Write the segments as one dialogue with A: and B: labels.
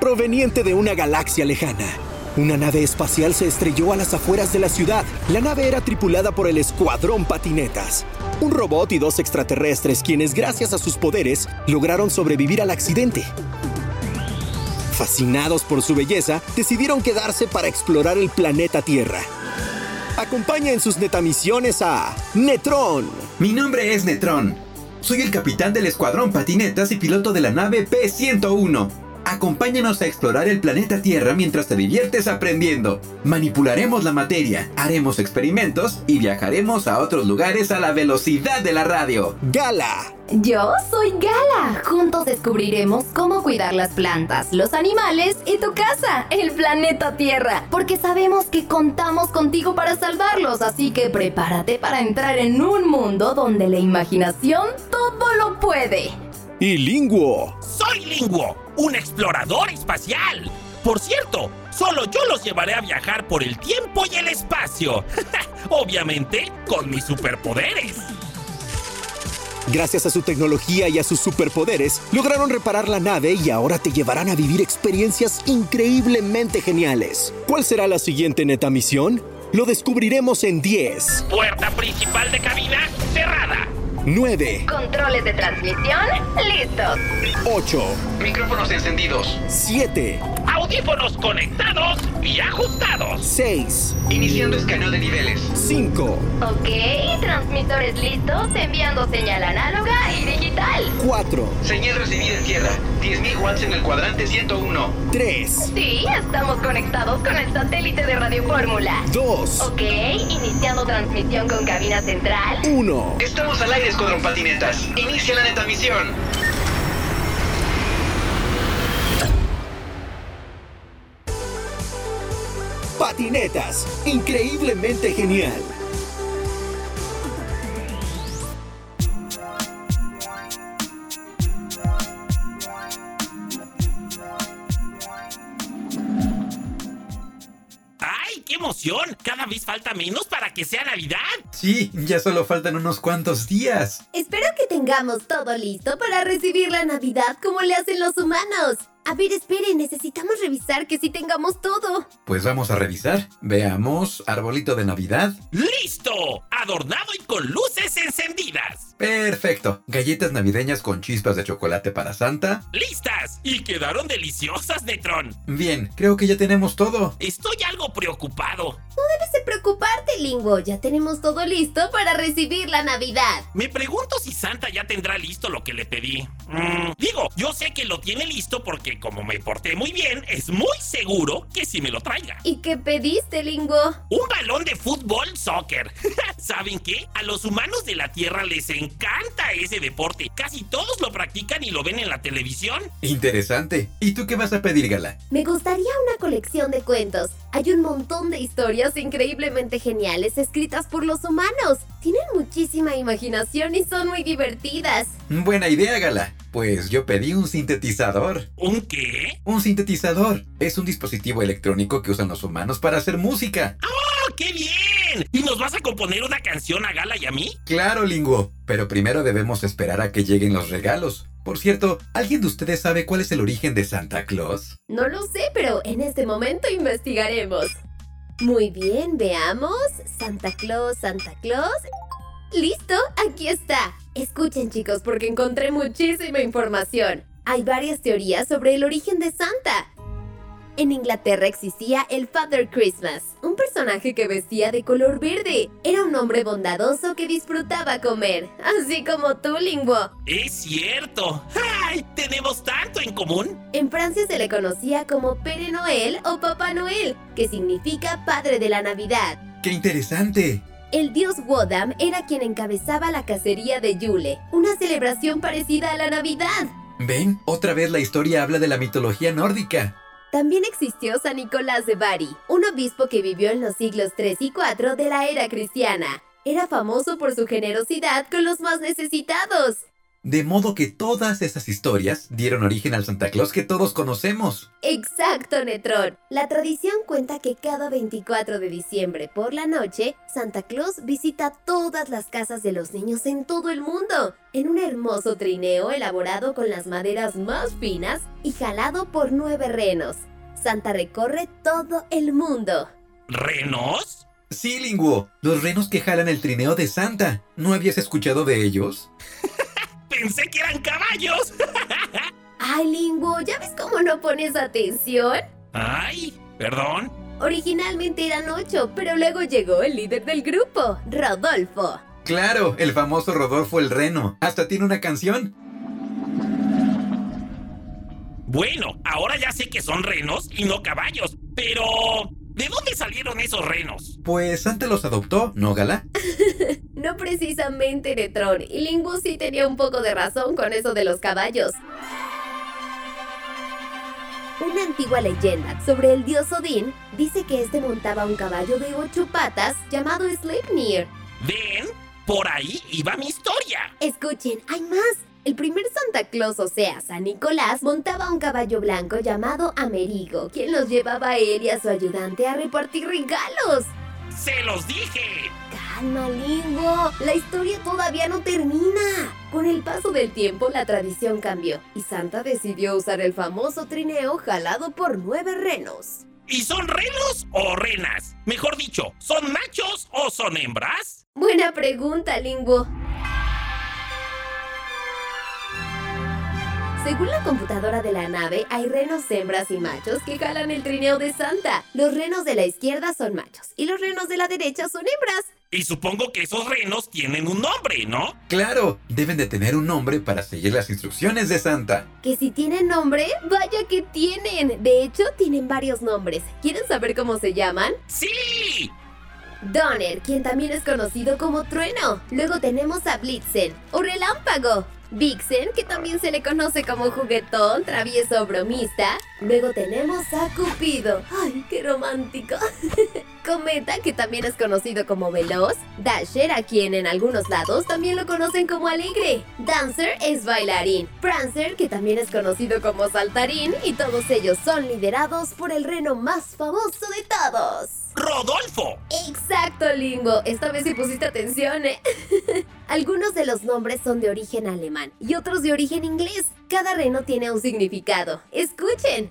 A: proveniente de una galaxia lejana. Una nave espacial se estrelló a las afueras de la ciudad. La nave era tripulada por el Escuadrón Patinetas, un robot y dos extraterrestres quienes gracias a sus poderes lograron sobrevivir al accidente. Fascinados por su belleza, decidieron quedarse para explorar el planeta Tierra. Acompaña en sus netamisiones a Netrón.
B: Mi nombre es Netrón. Soy el capitán del Escuadrón Patinetas y piloto de la nave P-101. Acompáñanos a explorar el planeta Tierra mientras te diviertes aprendiendo. Manipularemos la materia, haremos experimentos y viajaremos a otros lugares a la velocidad de la radio.
A: Gala.
C: Yo soy Gala. Juntos descubriremos cómo cuidar las plantas, los animales y tu casa, el planeta Tierra. Porque sabemos que contamos contigo para salvarlos, así que prepárate para entrar en un mundo donde la imaginación todo lo puede.
A: Y Linguo.
D: Soy Linguo, un explorador espacial. Por cierto, solo yo los llevaré a viajar por el tiempo y el espacio. Obviamente, con mis superpoderes.
A: Gracias a su tecnología y a sus superpoderes, lograron reparar la nave y ahora te llevarán a vivir experiencias increíblemente geniales. ¿Cuál será la siguiente neta misión? Lo descubriremos en 10,
D: Puerta principal de cabina cerrada.
A: 9,
C: Controles de transmisión listos.
A: 8,
B: Micrófonos encendidos.
A: 7,
D: Audífonos conectados y ajustados.
A: 6,
B: Iniciando escaneo de niveles.
A: 5,
C: Ok, transmisores listos, enviando señal análoga y digital.
A: 4,
B: Señal recibida en tierra. 10.000 watts en el cuadrante 101.
A: 3,
C: Sí, estamos conectados con el satélite de Radio Fórmula.
A: 2,
C: Ok, iniciando transmisión con cabina central.
A: 1.
B: Estamos al aire, Escuadrón Patinetas. Inicia la neta misión.
A: Patinetas, increíblemente genial.
D: ¡Ay, qué emoción! Cada vez falta menos para que sea Navidad.
B: Sí, ya solo faltan unos cuantos días.
E: Espero que tengamos todo listo para recibir la Navidad como le hacen los humanos. A ver, esperen, necesitamos revisar que sí tengamos todo.
B: Pues vamos a revisar. Veamos, arbolito de Navidad.
D: ¡Listo! Adornado y con luces encendidas.
B: Perfecto. Galletas navideñas con chispas de chocolate para Santa.
D: ¡Listas! Y quedaron deliciosas, Netrón.
B: Bien, creo que ya tenemos todo.
D: Estoy algo preocupado.
E: Debes de preocuparte, Lingo. Ya tenemos todo listo para recibir la Navidad.
D: Me pregunto si Santa ya tendrá listo lo que le pedí. Mm, digo, yo sé que lo tiene listo porque como me porté muy bien, es muy seguro que si me lo traiga.
E: ¿Y qué pediste, Lingo?
D: Un balón de fútbol soccer. ¿Saben qué? A los humanos de la Tierra les encanta ese deporte. Casi todos lo practican y lo ven en la televisión.
B: Interesante. ¿Y tú qué vas a pedir, Gala?
E: Me gustaría una colección de cuentos. Hay un montón de historias increíblemente geniales escritas por los humanos. Tienen muchísima imaginación y son muy divertidas.
B: Buena idea, Gala. Pues yo pedí un sintetizador.
D: ¿Un qué?
B: Un sintetizador es un dispositivo electrónico que usan los humanos para hacer música.
D: ¡Oh, qué bien! ¿Y nos vas a componer una canción a Gala y a mí?
B: Claro, Lingo. Pero primero debemos esperar a que lleguen los regalos. Por cierto, ¿alguien de ustedes sabe cuál es el origen de Santa Claus?
E: No lo sé, pero en este momento investigaremos. Muy bien, veamos. Santa Claus, Santa Claus. Listo, aquí está. Escuchen chicos porque encontré muchísima información. Hay varias teorías sobre el origen de Santa. En Inglaterra existía el Father Christmas, un personaje que vestía de color verde. Era un hombre bondadoso que disfrutaba comer, así como tú, Lingwo.
D: Es cierto. ¡Ay! Tenemos tanto en común.
E: En Francia se le conocía como Pere Noel o Papá Noel, que significa Padre de la Navidad.
B: ¡Qué interesante!
E: El dios Wodam era quien encabezaba la cacería de Yule, una celebración parecida a la Navidad.
B: ¿Ven? Otra vez la historia habla de la mitología nórdica.
E: También existió San Nicolás de Bari, un obispo que vivió en los siglos 3 y 4 de la era cristiana. Era famoso por su generosidad con los más necesitados.
B: De modo que todas esas historias dieron origen al Santa Claus que todos conocemos.
E: Exacto, Netrón. La tradición cuenta que cada 24 de diciembre por la noche, Santa Claus visita todas las casas de los niños en todo el mundo, en un hermoso trineo elaborado con las maderas más finas y jalado por nueve renos. Santa recorre todo el mundo.
D: ¿Renos?
B: Sí, Linguo, los renos que jalan el trineo de Santa. ¿No habías escuchado de ellos?
D: Pensé que eran caballos.
E: Ay, Lingo, ¿ya ves cómo no pones atención?
D: Ay, perdón.
E: Originalmente eran ocho, pero luego llegó el líder del grupo, Rodolfo.
B: Claro, el famoso Rodolfo el Reno. Hasta tiene una canción.
D: Bueno, ahora ya sé que son renos y no caballos, pero... ¿De dónde salieron esos renos?
B: Pues Santa los adoptó, ¿no, Gala?
E: No precisamente Netrón, y Lingo sí tenía un poco de razón con eso de los caballos. Una antigua leyenda sobre el dios Odín dice que este montaba un caballo de ocho patas llamado Sleipnir.
D: Ven, por ahí iba mi historia.
E: Escuchen, hay más. El primer Santa Claus, o sea, San Nicolás, montaba un caballo blanco llamado Amerigo, quien los llevaba a él y a su ayudante a repartir regalos.
D: Se los dije.
E: Calma, Lingo. La historia todavía no termina. Con el paso del tiempo, la tradición cambió y Santa decidió usar el famoso trineo jalado por nueve renos.
D: ¿Y son renos o renas? Mejor dicho, ¿son machos o son hembras?
E: Buena pregunta, Lingo. Según la computadora de la nave, hay renos hembras y machos que jalan el trineo de Santa. Los renos de la izquierda son machos y los renos de la derecha son hembras.
D: Y supongo que esos renos tienen un nombre, ¿no?
B: Claro, deben de tener un nombre para seguir las instrucciones de Santa.
E: Que si tienen nombre, vaya que tienen. De hecho, tienen varios nombres. ¿Quieren saber cómo se llaman?
D: ¡Sí!
E: Donner, quien también es conocido como Trueno. Luego tenemos a Blitzen o Relámpago. Vixen, que también se le conoce como juguetón, travieso bromista. Luego tenemos a Cupido. ¡Ay, qué romántico! Cometa, que también es conocido como Veloz. Dasher, a quien en algunos lados también lo conocen como Alegre. Dancer es bailarín. Prancer, que también es conocido como Saltarín. Y todos ellos son liderados por el reno más famoso de todos.
D: Rodolfo.
E: Exacto, Lingo. Esta vez sí pusiste atención, ¿eh? Algunos de los nombres son de origen alemán y otros de origen inglés. Cada reno tiene un significado. Escuchen.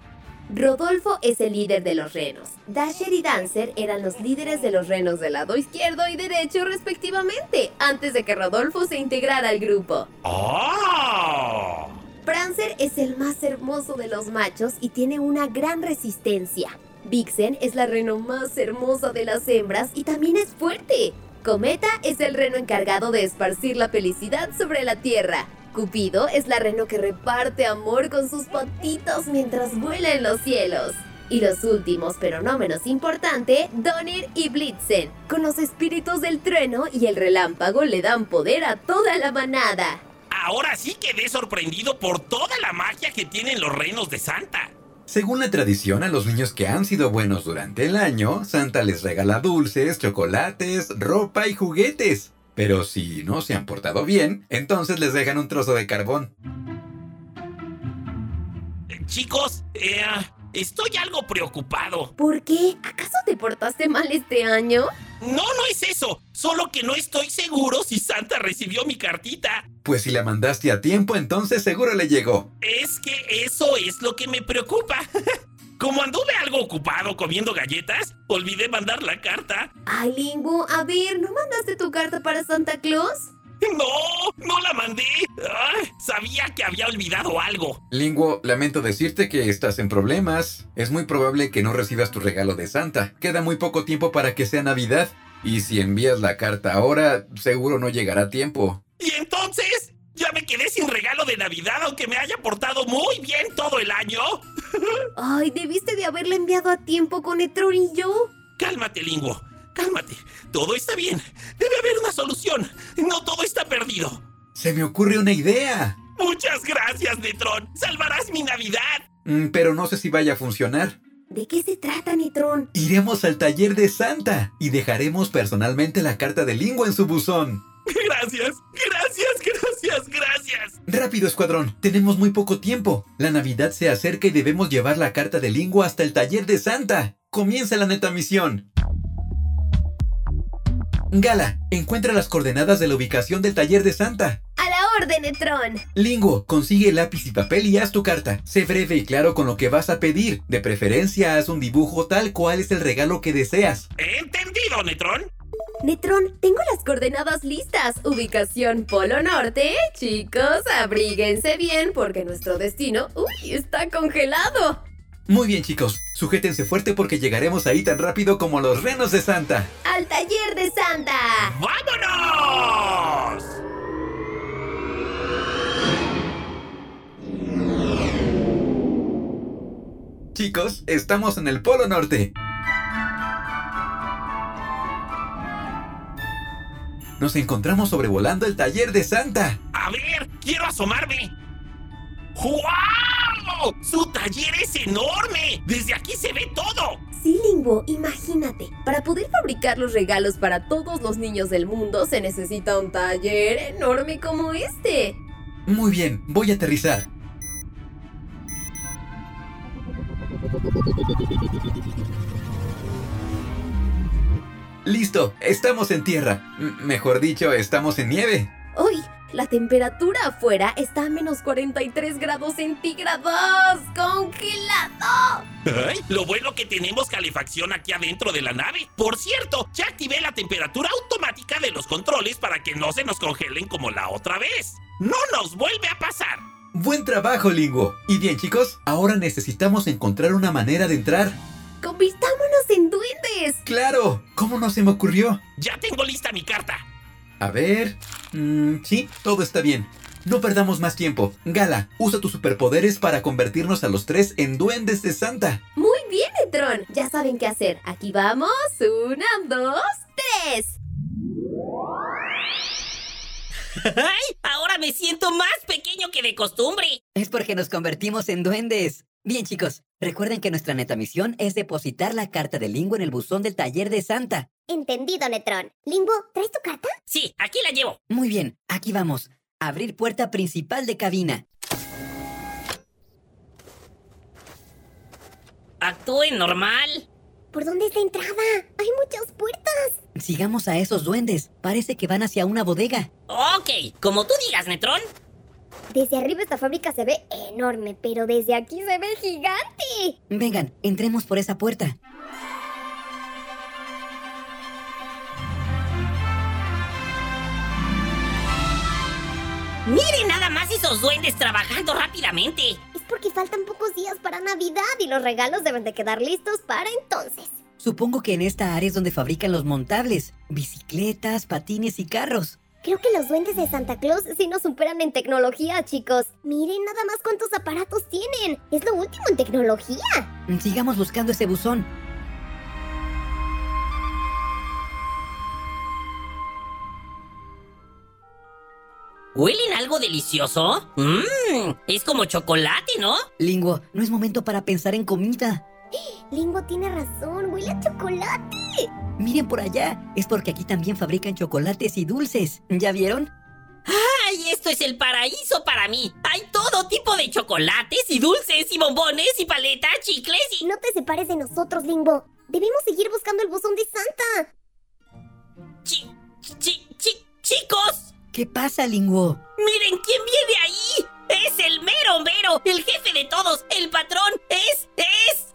E: Rodolfo es el líder de los renos. Dasher y Dancer eran los líderes de los renos del lado izquierdo y derecho respectivamente, antes de que Rodolfo se integrara al grupo.
D: ¡Ah!
E: Prancer es el más hermoso de los machos y tiene una gran resistencia. Vixen es la reno más hermosa de las hembras y también es fuerte. Cometa es el reno encargado de esparcir la felicidad sobre la tierra. Cupido es la reno que reparte amor con sus patitas mientras vuela en los cielos. Y los últimos, pero no menos importante, Donner y Blitzen. Con los espíritus del trueno y el relámpago le dan poder a toda la manada.
D: Ahora sí quedé sorprendido por toda la magia que tienen los reinos de Santa.
B: Según la tradición, a los niños que han sido buenos durante el año, Santa les regala dulces, chocolates, ropa y juguetes. Pero si no se han portado bien, entonces les dejan un trozo de carbón.
D: Eh, Chicos, eh, ah, estoy algo preocupado.
E: ¿Por qué? ¿Acaso te portaste mal este año?
D: No, no es eso. Solo que no estoy seguro si Santa recibió mi cartita.
B: Pues si la mandaste a tiempo, entonces seguro le llegó.
D: Es que eso es lo que me preocupa. Como anduve algo ocupado comiendo galletas, olvidé mandar la carta.
E: Ay, Lingo, a ver, ¿no mandaste tu carta para Santa Claus?
D: ¡No! ¡No la mandé! Ah, sabía que había olvidado algo.
B: Linguo, lamento decirte que estás en problemas. Es muy probable que no recibas tu regalo de Santa. Queda muy poco tiempo para que sea Navidad. Y si envías la carta ahora, seguro no llegará a tiempo.
D: Y entonces, ya me quedé sin regalo de Navidad aunque me haya portado muy bien todo el año.
E: Ay, debiste de haberla enviado a tiempo con Etrón y yo.
D: Cálmate, Lingo. Cálmate. Todo está bien. Debe haber una solución. No todo está perdido.
B: Se me ocurre una idea.
D: Muchas gracias, Netron. Salvarás mi Navidad.
B: Mm, pero no sé si vaya a funcionar.
E: ¿De qué se trata, Netrón?
B: Iremos al taller de Santa y dejaremos personalmente la carta de Lingo en su buzón.
D: Gracias, gracias, gracias, gracias.
B: rápido, escuadrón. Tenemos muy poco tiempo. La Navidad se acerca y debemos llevar la carta de lingua hasta el taller de Santa. Comienza la neta misión. Gala, encuentra las coordenadas de la ubicación del taller de Santa.
C: ¡A la orden, Etron!
B: Lingo, consigue lápiz y papel y haz tu carta. Sé breve y claro con lo que vas a pedir. De preferencia, haz un dibujo tal cual es el regalo que deseas.
D: ¿Entendido, Netrón?
C: Netrón, tengo las coordenadas listas. Ubicación Polo Norte. Chicos, abríguense bien porque nuestro destino, uy, está congelado.
B: Muy bien, chicos. Sujétense fuerte porque llegaremos ahí tan rápido como los renos de Santa.
C: ¡Al taller de Santa!
D: ¡Vámonos!
B: Chicos, estamos en el Polo Norte. Nos encontramos sobrevolando el taller de Santa.
D: A ver, quiero asomarme. ¡Wow! ¡Su taller es enorme! ¡Desde aquí se ve todo!
C: Sí, Linguo, imagínate. Para poder fabricar los regalos para todos los niños del mundo se necesita un taller enorme como este.
B: Muy bien, voy a aterrizar. Listo, estamos en tierra. M- mejor dicho, estamos en nieve.
C: Hoy, la temperatura afuera está a menos 43 grados centígrados. ¡Congelado!
D: ¡Ay! Lo bueno que tenemos calefacción aquí adentro de la nave. Por cierto, ya activé la temperatura automática de los controles para que no se nos congelen como la otra vez. ¡No nos vuelve a pasar!
B: Buen trabajo, Lingo. Y bien, chicos, ahora necesitamos encontrar una manera de entrar.
C: ¡Convirtámonos en duendes!
B: ¡Claro! ¿Cómo no se me ocurrió?
D: Ya tengo lista mi carta.
B: A ver. mm, sí, todo está bien. No perdamos más tiempo. Gala, usa tus superpoderes para convertirnos a los tres en duendes de Santa.
C: Muy bien, Etron. Ya saben qué hacer. Aquí vamos. Una, dos, tres.
F: ¡Ay! Ahora me siento más pequeño que de costumbre.
G: Es porque nos convertimos en duendes. Bien, chicos, recuerden que nuestra neta misión es depositar la carta de Lingo en el buzón del taller de Santa.
E: Entendido, Netrón. Limbo, ¿traes tu carta?
F: Sí, aquí la llevo.
G: Muy bien, aquí vamos. Abrir puerta principal de cabina.
F: Actúen normal.
E: ¿Por dónde es la entrada? Hay muchas puertas.
G: Sigamos a esos duendes. Parece que van hacia una bodega.
F: Ok, como tú digas, Netrón.
E: Desde arriba esta fábrica se ve enorme, pero desde aquí se ve gigante.
G: Vengan, entremos por esa puerta.
F: Miren nada más esos duendes trabajando rápidamente.
E: Es porque faltan pocos días para Navidad y los regalos deben de quedar listos para entonces.
G: Supongo que en esta área es donde fabrican los montables, bicicletas, patines y carros.
E: Creo que los duendes de Santa Claus sí nos superan en tecnología, chicos. Miren nada más cuántos aparatos tienen. Es lo último en tecnología.
G: Sigamos buscando ese buzón.
F: ¿Huelen algo delicioso? Mmm, es como chocolate, ¿no?
G: Lingo, no es momento para pensar en comida.
E: Limbo tiene razón, huele a chocolate.
G: Miren por allá, es porque aquí también fabrican chocolates y dulces. ¿Ya vieron?
F: ¡Ay, esto es el paraíso para mí! Hay todo tipo de chocolates y dulces y bombones y paletas, chicles y...
E: No te separes de nosotros, Limbo. Debemos seguir buscando el buzón de Santa.
F: Chi, chi, chi- chicos!
G: ¿Qué pasa, Lingo?
F: ¡Miren quién viene ahí! ¡Es el mero mero! ¡El jefe de todos! ¡El patrón! ¡Es! ¡Es!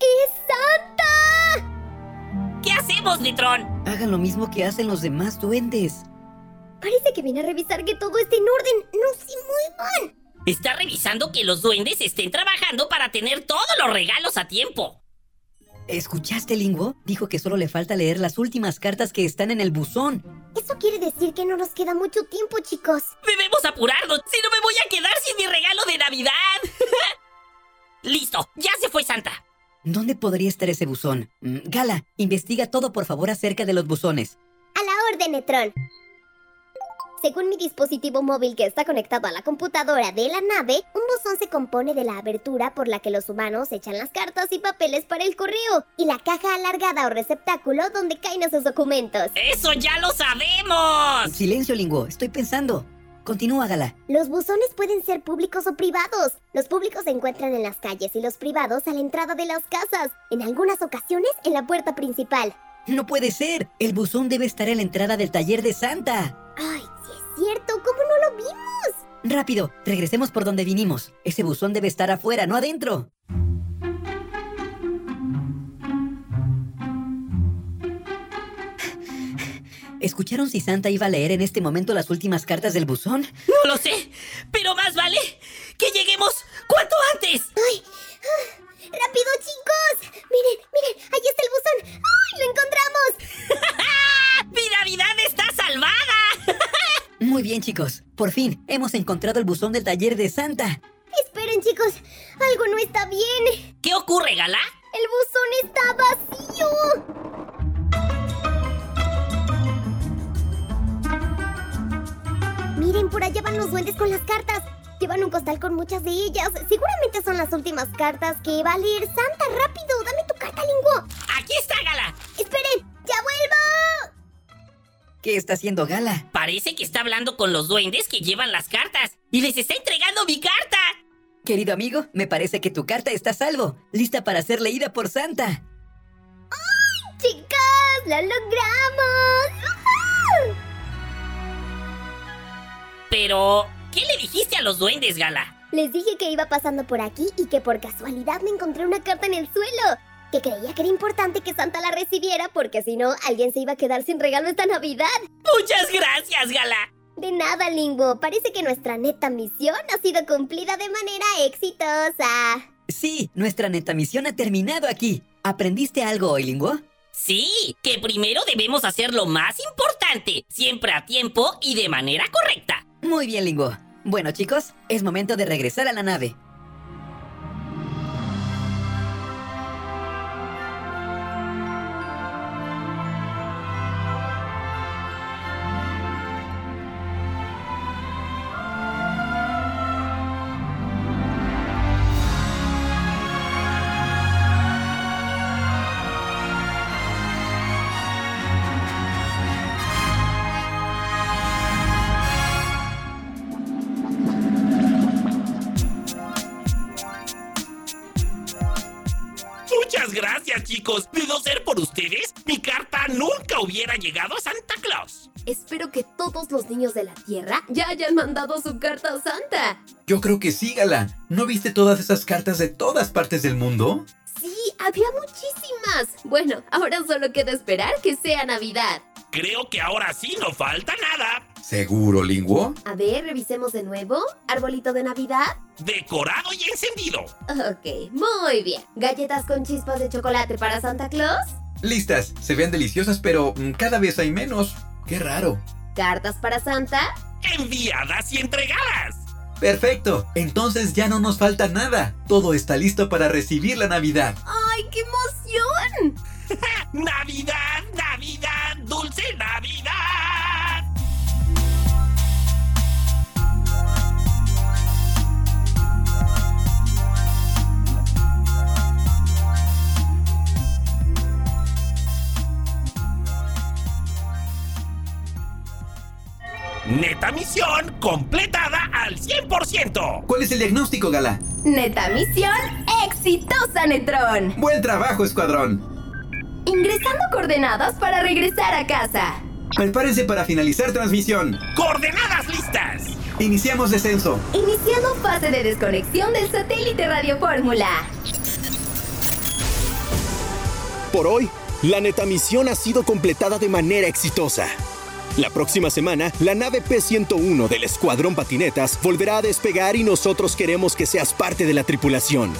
E: ¡Es Santa!
F: ¿Qué hacemos, Netrón?
G: Hagan lo mismo que hacen los demás duendes.
E: Parece que viene a revisar que todo esté en orden. ¡No se muevan!
F: Está revisando que los duendes estén trabajando para tener todos los regalos a tiempo.
G: ¿Escuchaste, Lingo? Dijo que solo le falta leer las últimas cartas que están en el buzón.
E: Eso quiere decir que no nos queda mucho tiempo, chicos.
F: Debemos apurarnos, si no me voy a quedar sin mi regalo de Navidad. Listo, ya se fue Santa.
G: ¿Dónde podría estar ese buzón? Mm, Gala, investiga todo por favor acerca de los buzones.
E: A la orden, Etron. Según mi dispositivo móvil que está conectado a la computadora de la nave, un buzón se compone de la abertura por la que los humanos echan las cartas y papeles para el correo, y la caja alargada o receptáculo donde caen esos documentos.
F: ¡Eso ya lo sabemos!
G: Silencio, Lingo, estoy pensando. Continúa, Gala.
E: Los buzones pueden ser públicos o privados. Los públicos se encuentran en las calles y los privados a la entrada de las casas, en algunas ocasiones en la puerta principal.
G: No puede ser. El buzón debe estar en la entrada del taller de Santa.
E: Ay, sí es cierto, ¿cómo no lo vimos?
G: Rápido, regresemos por donde vinimos. Ese buzón debe estar afuera, no adentro. ¿Escucharon si Santa iba a leer en este momento las últimas cartas del buzón?
F: No lo sé, pero más vale que lleguemos cuanto antes.
E: ¡Ay! ah, ¡Rápido, chicos! ¡Miren, miren! ¡Ahí está el buzón! ¡Ay, lo encontramos!
F: ¡Mi Navidad está salvada!
G: Muy bien, chicos. Por fin, hemos encontrado el buzón del taller de Santa.
E: Esperen, chicos, algo no está bien. El
F: ¿Qué ocurre, Gala?
E: buzón está vacío. Miren, por allá van los duendes con las cartas. Llevan un costal con muchas de ellas. Seguramente son las últimas cartas que va a leer Santa. ¡Rápido! ¡Dame tu carta, Lingo!
F: Aquí está Gala.
E: ¡Esperen! ¡Ya vuelvo!
G: ¿Qué está haciendo Gala?
F: Parece que está hablando con los duendes que llevan las cartas y les está entregando mi carta.
G: Querido amigo, me parece que tu carta está a salvo, lista para ser leída por Santa.
E: ¡Chicas! ¡Lo logramos! ¡Woohoo!
F: Pero, ¿qué le dijiste a los duendes, Gala?
E: Les dije que iba pasando por aquí y que por casualidad me encontré una carta en el suelo. Que creía que era importante que Santa la recibiera porque si no, alguien se iba a quedar sin regalo esta Navidad.
F: Muchas gracias, Gala.
E: De nada, Lingo. Parece que nuestra neta misión ha sido cumplida de manera exitosa.
G: Sí, nuestra neta misión ha terminado aquí. ¿Aprendiste algo hoy, Lingo?
F: Sí, que primero debemos hacer lo más importante, siempre a tiempo y de manera correcta.
G: Muy bien, Lingo. Bueno, chicos, es momento de regresar a la nave.
D: Muchas gracias, chicos. De no ser por ustedes, mi carta nunca hubiera llegado a Santa Claus.
H: Espero que todos los niños de la Tierra ya hayan mandado su carta a Santa.
B: Yo creo que sí, Gala. ¿No viste todas esas cartas de todas partes del mundo?
H: Sí, había muchísimas. Bueno, ahora solo queda esperar que sea Navidad.
D: Creo que ahora sí no falta nada.
B: ¿Seguro, Linguo?
H: A ver, revisemos de nuevo. Arbolito de Navidad.
D: Decorado y encendido.
H: Ok, muy bien. Galletas con chispas de chocolate para Santa Claus.
B: Listas, se ven deliciosas, pero mm, cada vez hay menos. Qué raro.
H: Cartas para Santa.
D: Enviadas y entregadas.
B: Perfecto, entonces ya no nos falta nada. Todo está listo para recibir la Navidad.
H: ¡Ay, qué emoción!
D: Navidad, Navidad, dulce Navidad. Neta misión completada al 100%.
B: ¿Cuál es el diagnóstico, Gala?
C: Neta misión exitosa, Netrón.
B: Buen trabajo, escuadrón.
C: Ingresando coordenadas para regresar a casa.
B: Prepárense para finalizar transmisión.
D: Coordenadas listas.
B: Iniciamos descenso.
C: Iniciando fase de desconexión del satélite Radio Fórmula.
A: Por hoy, la neta misión ha sido completada de manera exitosa. La próxima semana, la nave P-101 del Escuadrón Patinetas volverá a despegar y nosotros queremos que seas parte de la tripulación.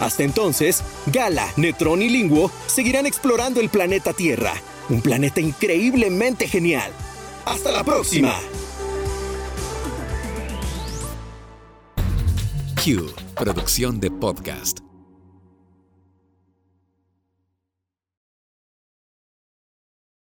A: Hasta entonces, Gala, Netrón y Linguo seguirán explorando el planeta Tierra, un planeta increíblemente genial. ¡Hasta la próxima!
I: Q, producción de podcast.